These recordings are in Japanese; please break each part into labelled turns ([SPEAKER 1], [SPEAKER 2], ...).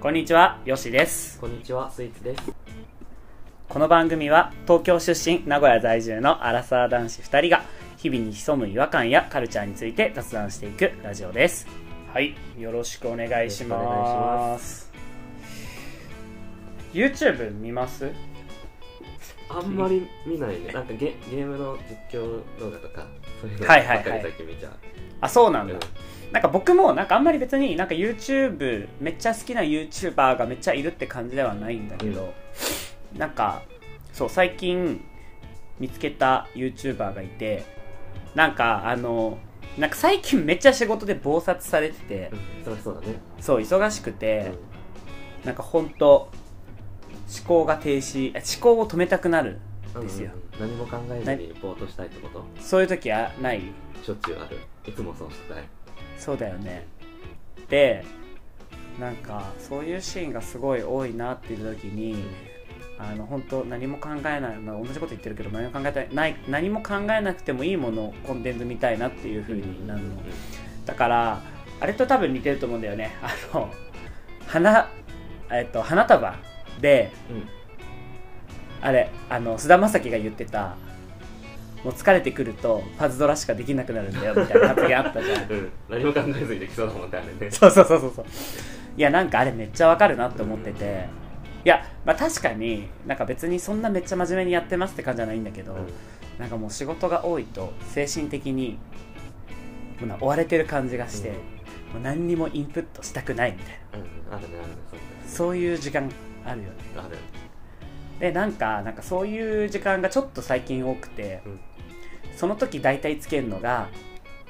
[SPEAKER 1] こんにちは、よしです。
[SPEAKER 2] こんにちは、スイーツです。
[SPEAKER 1] この番組は東京出身、名古屋在住のアラサー男子2人が日々に潜む違和感やカルチャーについて雑談していくラジオです。はい、よろしくお願いし
[SPEAKER 2] よろしくお願
[SPEAKER 1] ま。
[SPEAKER 2] いします
[SPEAKER 1] YouTube 見ます
[SPEAKER 2] あんまり見ない ね。なんかゲゲームの実況動画とか、そういうのば
[SPEAKER 1] はいはいはい
[SPEAKER 2] っかり最近見ちゃう。
[SPEAKER 1] あ、そうなん
[SPEAKER 2] う
[SPEAKER 1] だ
[SPEAKER 2] ん。
[SPEAKER 1] なんか僕もなんかあんまり別になんか YouTube めっちゃ好きな YouTuber がめっちゃいるって感じではないんだけど、なんかそう最近見つけた YouTuber がいてなんかあのなんか最近めっちゃ仕事で忙殺されてて
[SPEAKER 2] うんそりゃそうだね。
[SPEAKER 1] そう忙しく
[SPEAKER 2] う
[SPEAKER 1] て
[SPEAKER 2] ん
[SPEAKER 1] なんかほんと思考が停止あ思考を止めたくなる
[SPEAKER 2] うん
[SPEAKER 1] ですよ
[SPEAKER 2] うん何も考えずにぼーっとしたいってこと
[SPEAKER 1] そういう時はない
[SPEAKER 2] しょっちゅうある。いつもそうしてたい。
[SPEAKER 1] そうだよねでなんかそういうシーンがすごい多いなっていう時に、あの本当何も考えない、まあ、同じこと言ってるけど何も考えたいない何も考えなくてもいいものをコンテンツ見たいなっていう風になるの、だからあれと多分似てると思うんだよねあの花,、えっと、花束で
[SPEAKER 2] うん
[SPEAKER 1] あれあの菅田将暉が言ってたもう疲れてくるとパズドラしかできなくなるんだよみたいな発言あったじゃん
[SPEAKER 2] うん。何も考えずにできそうだもんね、あれね。
[SPEAKER 1] そうそうそうそうそういやなんかあれめっちゃわかるなって思ってていやまあ確かになんか別にそんなめっちゃ真面目にやってますって感じじゃないんだけど、
[SPEAKER 2] うん
[SPEAKER 1] なんかもう仕事が多いと精神的にもうな追われてる感じがして、もう何にもインプットしたくないみたい
[SPEAKER 2] うん、あるね、あるね、そう
[SPEAKER 1] な
[SPEAKER 2] だ
[SPEAKER 1] そういう時間あるよね
[SPEAKER 2] ね。ある。
[SPEAKER 1] でなんかなんかそういう時間がちょっと最近多くて、
[SPEAKER 2] うん
[SPEAKER 1] その時大体つけるのが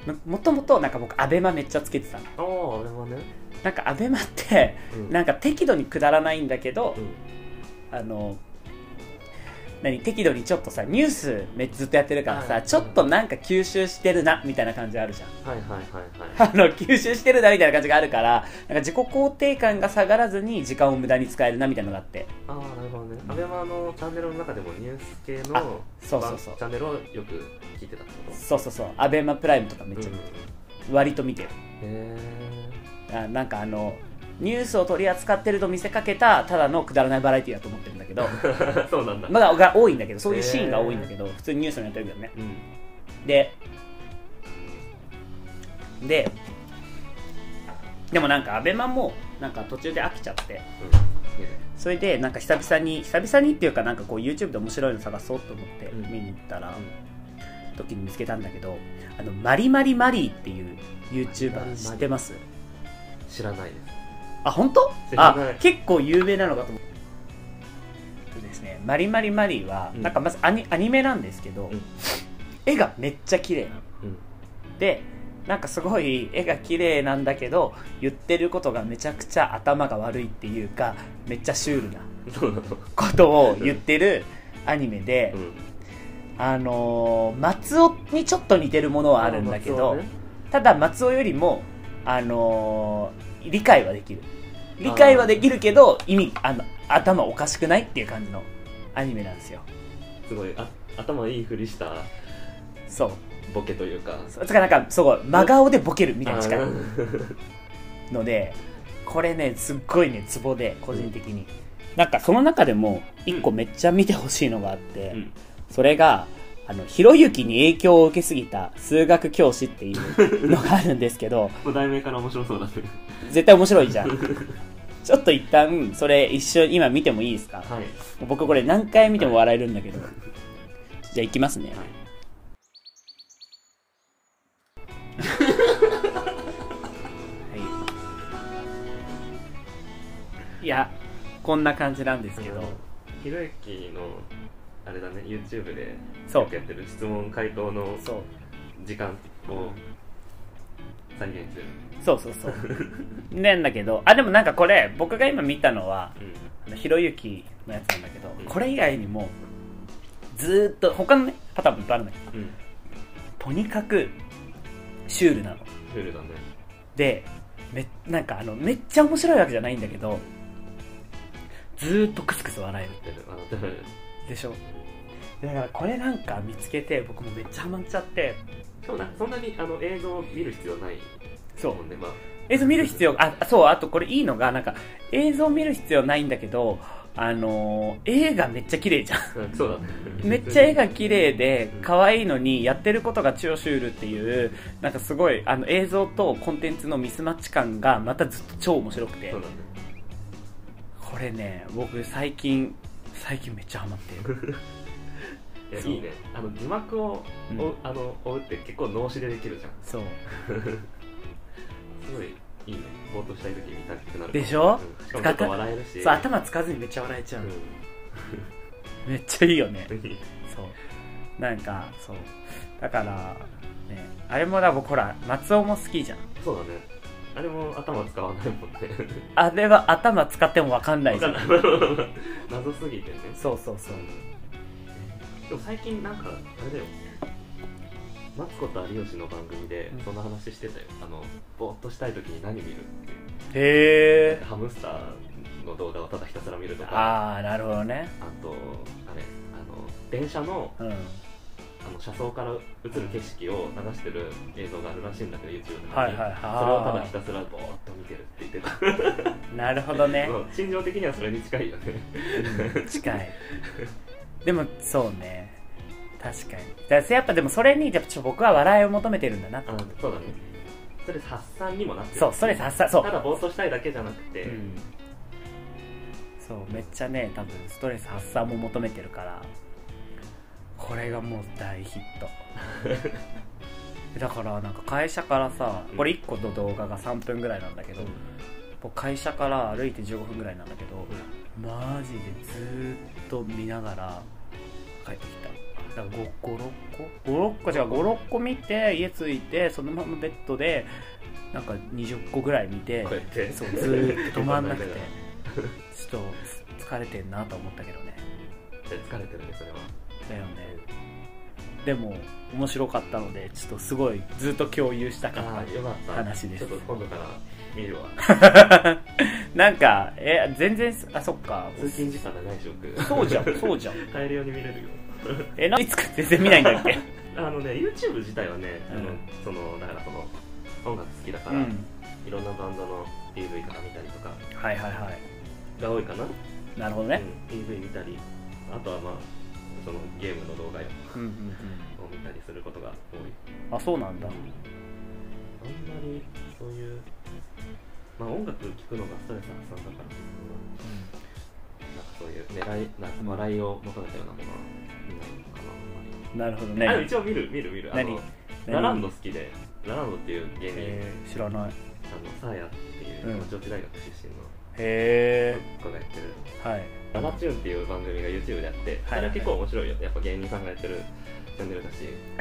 [SPEAKER 1] ももともとなんか僕アベマめっちゃつけてたの
[SPEAKER 2] ああ、俺もね。
[SPEAKER 1] なんかアベマって
[SPEAKER 2] うん
[SPEAKER 1] なんか適度にくだらないんだけど
[SPEAKER 2] う、ん
[SPEAKER 1] あの何適度にちょっとさニュースめっずっとやってるから
[SPEAKER 2] は
[SPEAKER 1] さ
[SPEAKER 2] い
[SPEAKER 1] ちょっとなんか吸収してるなみたいな感じあるじゃん
[SPEAKER 2] はいはいはいはい。
[SPEAKER 1] あの吸収してるなみたいな感じがあるからなんか自己肯定感が下がらずに時間を無駄に使えるなみたいなのがあって
[SPEAKER 2] ああなるほどねアベマのチャンネルの中でもニュース系の
[SPEAKER 1] そうそうそう
[SPEAKER 2] チャンネルをよく聞いてたってこ
[SPEAKER 1] そうそうそうアベマプライムとかめっ
[SPEAKER 2] と
[SPEAKER 1] ちゃ
[SPEAKER 2] うんへ
[SPEAKER 1] 割と見てる、
[SPEAKER 2] え
[SPEAKER 1] あなんかあのニュースを取り扱ってると見せかけたただのくだらないバラエティだと思ってるんだ けど
[SPEAKER 2] そうなんだ、
[SPEAKER 1] まだが多いんだけどそういうシーンが多いんだけど普通にニュースになってるけどね
[SPEAKER 2] うん
[SPEAKER 1] でででもなんかアベマもなんか途中で飽きちゃって
[SPEAKER 2] いいね
[SPEAKER 1] それでなんか久々に久々にっていうかなんかこう YouTube で面白いの探そうと思って
[SPEAKER 2] うん
[SPEAKER 1] 見に行ったら、
[SPEAKER 2] う
[SPEAKER 1] 時に見つけたんだけどあのマリマリマリーっていう
[SPEAKER 2] マリマリ
[SPEAKER 1] YouTuber
[SPEAKER 2] マリ
[SPEAKER 1] 知ってます
[SPEAKER 2] ん知らないで
[SPEAKER 1] あ本当
[SPEAKER 2] 知ら
[SPEAKER 1] あ
[SPEAKER 2] ない
[SPEAKER 1] 結構有名なのかと思ってですねマリマリマリーは
[SPEAKER 2] うん
[SPEAKER 1] なんかまずアニアニメなんですけど、
[SPEAKER 2] うん
[SPEAKER 1] 絵がめっちゃ綺麗なの
[SPEAKER 2] すうん
[SPEAKER 1] でなんかすごい絵が綺麗なんだけど言ってることがめちゃくちゃ頭が悪いっていうかめっちゃシュールな
[SPEAKER 2] そうなの
[SPEAKER 1] ことを言ってるアニメで、
[SPEAKER 2] うん
[SPEAKER 1] あのー松尾にちょっと似てるものはあるんだけど、
[SPEAKER 2] まあそうね
[SPEAKER 1] ただ松尾よりも、あのー理解はできる理解はできるけど意味あの頭おかしくないっていう感じのアニメなんですよ
[SPEAKER 2] すごいあ頭いいふりした
[SPEAKER 1] そう
[SPEAKER 2] ボケというか
[SPEAKER 1] そうつかなんかすごい真顔でボケるみたいな力
[SPEAKER 2] あー
[SPEAKER 1] のでこれねすっごいねツボで個人的に、なんかその中でも一個めっちゃ見てほしいのがあって、
[SPEAKER 2] うん
[SPEAKER 1] それがあのひろゆきに影響を受けすぎた数学教師っていうのがあるんですけ ど
[SPEAKER 2] もう題名から面白そうだね
[SPEAKER 1] 絶対面白いじゃんちょっと一旦それ一緒に今見てもいいですか
[SPEAKER 2] はい
[SPEAKER 1] 僕これ何回見ても笑えるんだけど、じゃあいきますね、はい、いやこんな感じなんですけど、
[SPEAKER 2] あのひろゆきのあれだね YouTube で
[SPEAKER 1] そう
[SPEAKER 2] よくやってる質問回答の
[SPEAKER 1] そう
[SPEAKER 2] 時間を再現する
[SPEAKER 1] そうそうそうなんだけどあでもなんかこれ僕が今見たのは
[SPEAKER 2] う
[SPEAKER 1] あのひろゆきのやつなんだけど
[SPEAKER 2] うん
[SPEAKER 1] これ以外にもずーっと他のねパターンもいっぱいあるんだけど
[SPEAKER 2] んうん
[SPEAKER 1] とにかくシュールなの
[SPEAKER 2] シュールだね
[SPEAKER 1] でめなんかあのめっちゃ面白いわけじゃないんだけどずーっとクスクス笑え
[SPEAKER 2] 出るあ出る
[SPEAKER 1] るでしょだからこれなんか見つけて僕もめっちゃハマっちゃって
[SPEAKER 2] しかもなそんなにあの映像を見る必要ない
[SPEAKER 1] そう
[SPEAKER 2] もんねまあ
[SPEAKER 1] 映像見る必要あそうあとこれいいのがなんか映像見る必要ないんだけどあのー映画めっちゃ綺麗じゃん
[SPEAKER 2] うんそうだね
[SPEAKER 1] めっちゃ絵が綺麗で可愛いのにやってることが超シュールっていうなんかすごいあの映像とコンテンツのミスマッチ感がまたずっと超面白くて
[SPEAKER 2] そうだね
[SPEAKER 1] これね僕最近最近めっちゃハマって る
[SPEAKER 2] いや
[SPEAKER 1] そう
[SPEAKER 2] いいねあの字幕を、
[SPEAKER 1] うん
[SPEAKER 2] おあの追うって結構脳死でできるじゃん
[SPEAKER 1] そう
[SPEAKER 2] すごいいいねぼーっとしたい時に見たくなる
[SPEAKER 1] でしょ
[SPEAKER 2] うんしかも結構笑えるし
[SPEAKER 1] そう頭つかずにめっちゃ笑えちゃう
[SPEAKER 2] うん
[SPEAKER 1] のめっちゃいいよね
[SPEAKER 2] いい
[SPEAKER 1] そうなんかそうだからねあれもだ僕ほら松尾も好きじゃん
[SPEAKER 2] そうだねあれも頭使わないもんね
[SPEAKER 1] あれは頭使っても分かんない
[SPEAKER 2] わ
[SPEAKER 1] じゃ
[SPEAKER 2] かん
[SPEAKER 1] ん
[SPEAKER 2] ない 謎すぎてね
[SPEAKER 1] そうそうそう
[SPEAKER 2] でも最近なんかあれだよマツコと有吉の番組で
[SPEAKER 1] うん
[SPEAKER 2] そんな話してたよ、あのぼーっとしたい時に何見るっていう
[SPEAKER 1] へえ
[SPEAKER 2] ハムスターの動画をただひたすら見るとか
[SPEAKER 1] ああなるほどね
[SPEAKER 2] あとあれあの電車の
[SPEAKER 1] うん
[SPEAKER 2] あの車窓から映る景色を流してる映像があるらしいんだけど YouTube で、
[SPEAKER 1] はいはい
[SPEAKER 2] それをただ
[SPEAKER 1] は
[SPEAKER 2] ひたすらぼーっと見てるって言ってた
[SPEAKER 1] いなるほどね
[SPEAKER 2] うん心情的にはそれに近いよね
[SPEAKER 1] うん近いでもそうね確かにだからやっぱでもそれにやっぱちょ僕は笑いを求めてるんだな
[SPEAKER 2] あそうだねそれ発散にもなってる
[SPEAKER 1] そうそれさっさそう
[SPEAKER 2] ただぼーっとしたいだけじゃなくて、
[SPEAKER 1] うんそうめっちゃね多分ストレス発散も求めてるからこれがもう大ヒット だからなんか会社からさこれ1個の動画が3分ぐらいなんだけど、僕会社から歩いて15分ぐらいなんだけど、マジでずーっと見ながら帰ってきただから56個56個違う56個見て家着いてそのままベッドでなんか20個ぐらい見て
[SPEAKER 2] こうやって
[SPEAKER 1] そうずーっと止まんなくて
[SPEAKER 2] じゃ
[SPEAKER 1] ちょっと疲れてんなと思ったけどね
[SPEAKER 2] あ疲れてるねそれは
[SPEAKER 1] だよねでも面白かったのでちょっとすごいずっと共有したか
[SPEAKER 2] あ
[SPEAKER 1] っ
[SPEAKER 2] あよかった
[SPEAKER 1] 話です
[SPEAKER 2] ちょっと今度から見るわ
[SPEAKER 1] たなんかえ全然あそっか
[SPEAKER 2] 通勤時間長いし僕
[SPEAKER 1] そう じゃんそうじゃん
[SPEAKER 2] 大量に見れるよ
[SPEAKER 1] えないつか全然見ないんだっ け
[SPEAKER 2] あのね YouTube 自体はね、あの
[SPEAKER 1] うん
[SPEAKER 2] そのだからその音楽好きだか
[SPEAKER 1] う
[SPEAKER 2] ら、
[SPEAKER 1] ん
[SPEAKER 2] いろんなバンドの PV とか見たりとか
[SPEAKER 1] はいはいはい
[SPEAKER 2] が多いかな、
[SPEAKER 1] なるほど
[SPEAKER 2] うん
[SPEAKER 1] ね、、
[SPEAKER 2] PV 見たりあとはまあそのゲームの動画を
[SPEAKER 1] うんうんうん
[SPEAKER 2] 見たりすることが多い
[SPEAKER 1] あそうなんだ
[SPEAKER 2] あんまりそういうまあ音楽聴くのがストレス発散だからなんかそういう狙いなんか笑いを求めたようなものは見な
[SPEAKER 1] な
[SPEAKER 2] いのかな
[SPEAKER 1] るほど
[SPEAKER 2] あんまりあでも
[SPEAKER 1] ね
[SPEAKER 2] 一応見る見る見るあ
[SPEAKER 1] 何
[SPEAKER 2] のララン
[SPEAKER 1] ド
[SPEAKER 2] ド好きでラランドっていう芸人、
[SPEAKER 1] 知らないへ
[SPEAKER 2] あのサーヤっていう、
[SPEAKER 1] うん
[SPEAKER 2] 上智大学出身の
[SPEAKER 1] え
[SPEAKER 2] 子がやってる
[SPEAKER 1] はい
[SPEAKER 2] ララチューンっていう番組が YouTube でやって、
[SPEAKER 1] はい
[SPEAKER 2] あれは結構面白いよやっぱ芸人さんがやってるチャンネルだし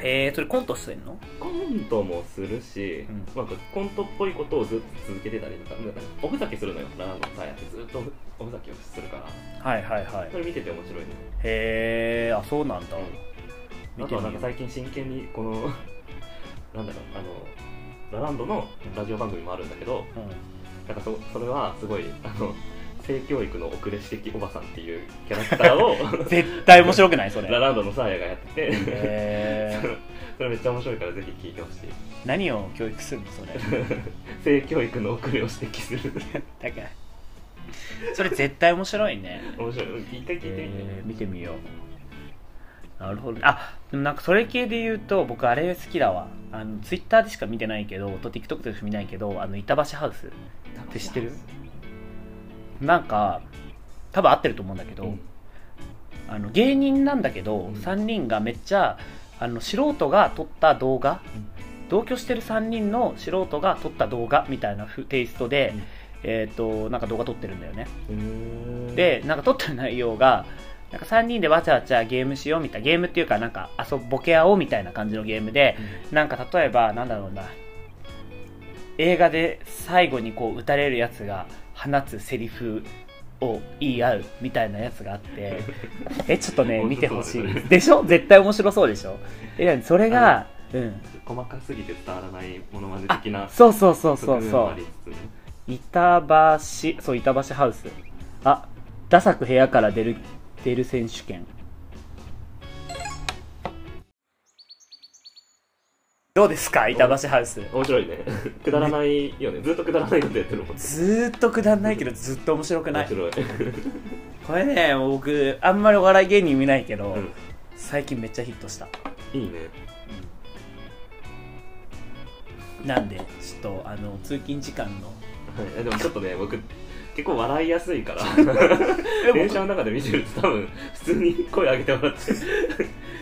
[SPEAKER 1] えー、それコントしてんの
[SPEAKER 2] コントもするし、
[SPEAKER 1] うん
[SPEAKER 2] なんかコントっぽいことをずっと続けてたりとかなんかおふざけするのよララのさやってずっとおふざけをするから
[SPEAKER 1] はいはいはい
[SPEAKER 2] それ見てて面白いね、
[SPEAKER 1] へえあそうなんだ、
[SPEAKER 2] うん、あとはなんか最近真剣にこ のなんだろうあのラランドのラジオ番組もあるんだけど
[SPEAKER 1] う
[SPEAKER 2] なんかそそれはすごいあの性教育の遅れ指摘おばさんっていうキャラクター を
[SPEAKER 1] ん、絶対面白くないそ れ
[SPEAKER 2] ラランドのサーヤがやってて
[SPEAKER 1] へー
[SPEAKER 2] それめっちゃ面白いからぜひ聞いてほしい
[SPEAKER 1] 何を教育するの それ
[SPEAKER 2] 性教育の遅れを指摘する
[SPEAKER 1] だからそれ絶対面白いね
[SPEAKER 2] 面白い一回聞いてみて、
[SPEAKER 1] えー見てみようなるほどあでもなんかそれ系で言うと僕あれ好きだわあのツイッターでしか見てないけどと TikTok でしか見ないけどあの板橋ハウスって知ってるなんか多分合ってると思うんだけど、
[SPEAKER 2] うん
[SPEAKER 1] あの芸人なんだけど、
[SPEAKER 2] うん
[SPEAKER 1] 3人がめっちゃあの素人が撮った動画、同居してる3人の素人が撮った動画みたいなふテイストで、
[SPEAKER 2] うん
[SPEAKER 1] えっ、となんか動画撮ってるんだよね
[SPEAKER 2] うん
[SPEAKER 1] でなんか撮った内容がなんか3人でわちゃわちゃゲームしようみたいなゲームっていうかなんか遊ぼボケ合おうみたいな感じのゲームでなんか例えばなんだろうな映画で最後にこう撃たれるやつが放つセリフを言い合うみたいなやつがあって えちょっとね見てほし
[SPEAKER 2] 面白そうだ
[SPEAKER 1] い
[SPEAKER 2] ね
[SPEAKER 1] でしょ絶対面白そうでしょえ何それがうん
[SPEAKER 2] 細かすぎて伝わらないものまね的な
[SPEAKER 1] そうそうそうそう
[SPEAKER 2] 側面
[SPEAKER 1] そ
[SPEAKER 2] もあ
[SPEAKER 1] う
[SPEAKER 2] りつつね
[SPEAKER 1] 板橋そう板橋ハウスあダサく部屋から出る出る選手権どうですか板橋ハウス
[SPEAKER 2] 面白いね くだらないよねずっとくだらないことやってるもん
[SPEAKER 1] ずーっとくだんないけどずっと面白くな
[SPEAKER 2] 面
[SPEAKER 1] い
[SPEAKER 2] 白い、
[SPEAKER 1] これね僕あんまりお笑い芸人見ないけど、
[SPEAKER 2] うん
[SPEAKER 1] 最近めっちゃヒットした
[SPEAKER 2] いいね
[SPEAKER 1] なんでちょっとあの通勤時間の
[SPEAKER 2] はい、でもちょっとね僕結構笑いやす いから電車の中で見てると多分普通に声上げてもらって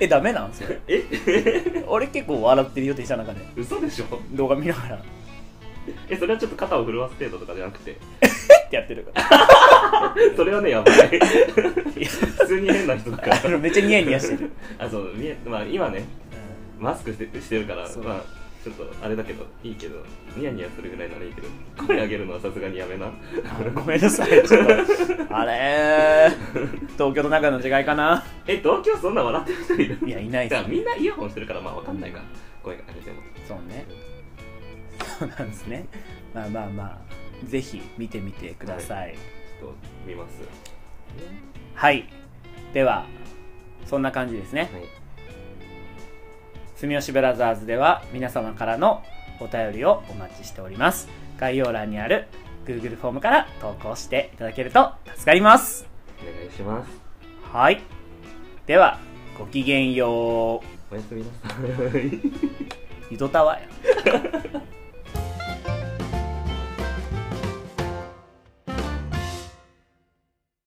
[SPEAKER 1] えダメなんそれ
[SPEAKER 2] え
[SPEAKER 1] 俺結構笑ってるよ電車の中で
[SPEAKER 2] 嘘でしょ
[SPEAKER 1] 動画見なが ら
[SPEAKER 2] えそれはちょっと肩を震わす程度とかじゃなくて
[SPEAKER 1] ってやってるから
[SPEAKER 2] それはねやばい 普通に変な人だから
[SPEAKER 1] あのめっちゃニヤニヤしてる、
[SPEAKER 2] あそう見え、まあ、今ねマスクしてしてるから
[SPEAKER 1] そう
[SPEAKER 2] まあちょっとあれだけどいいけどニヤニヤするぐらいならいいけど声上げるのはさすがにやめな
[SPEAKER 1] あごめんなさいちょっとあれー東京と中の違いかな
[SPEAKER 2] え東京そんな笑ってる人いる
[SPEAKER 1] いやいない
[SPEAKER 2] じ
[SPEAKER 1] で
[SPEAKER 2] ゃあ
[SPEAKER 1] す
[SPEAKER 2] みんなイヤホンしてるからまあわかんないが声が上げても
[SPEAKER 1] そうねそうなんですねまあまあまあぜひ見てみてください
[SPEAKER 2] ちょっと見ます
[SPEAKER 1] はい、ではそんな感じですね
[SPEAKER 2] はい
[SPEAKER 1] 住吉ブラザーズでは皆様からのお便りをお待ちしております概要欄にある Google フォームから投稿していただけると助かります
[SPEAKER 2] お願いします
[SPEAKER 1] はいではごきげんよう
[SPEAKER 2] おやすみなさい
[SPEAKER 1] ゆとたわや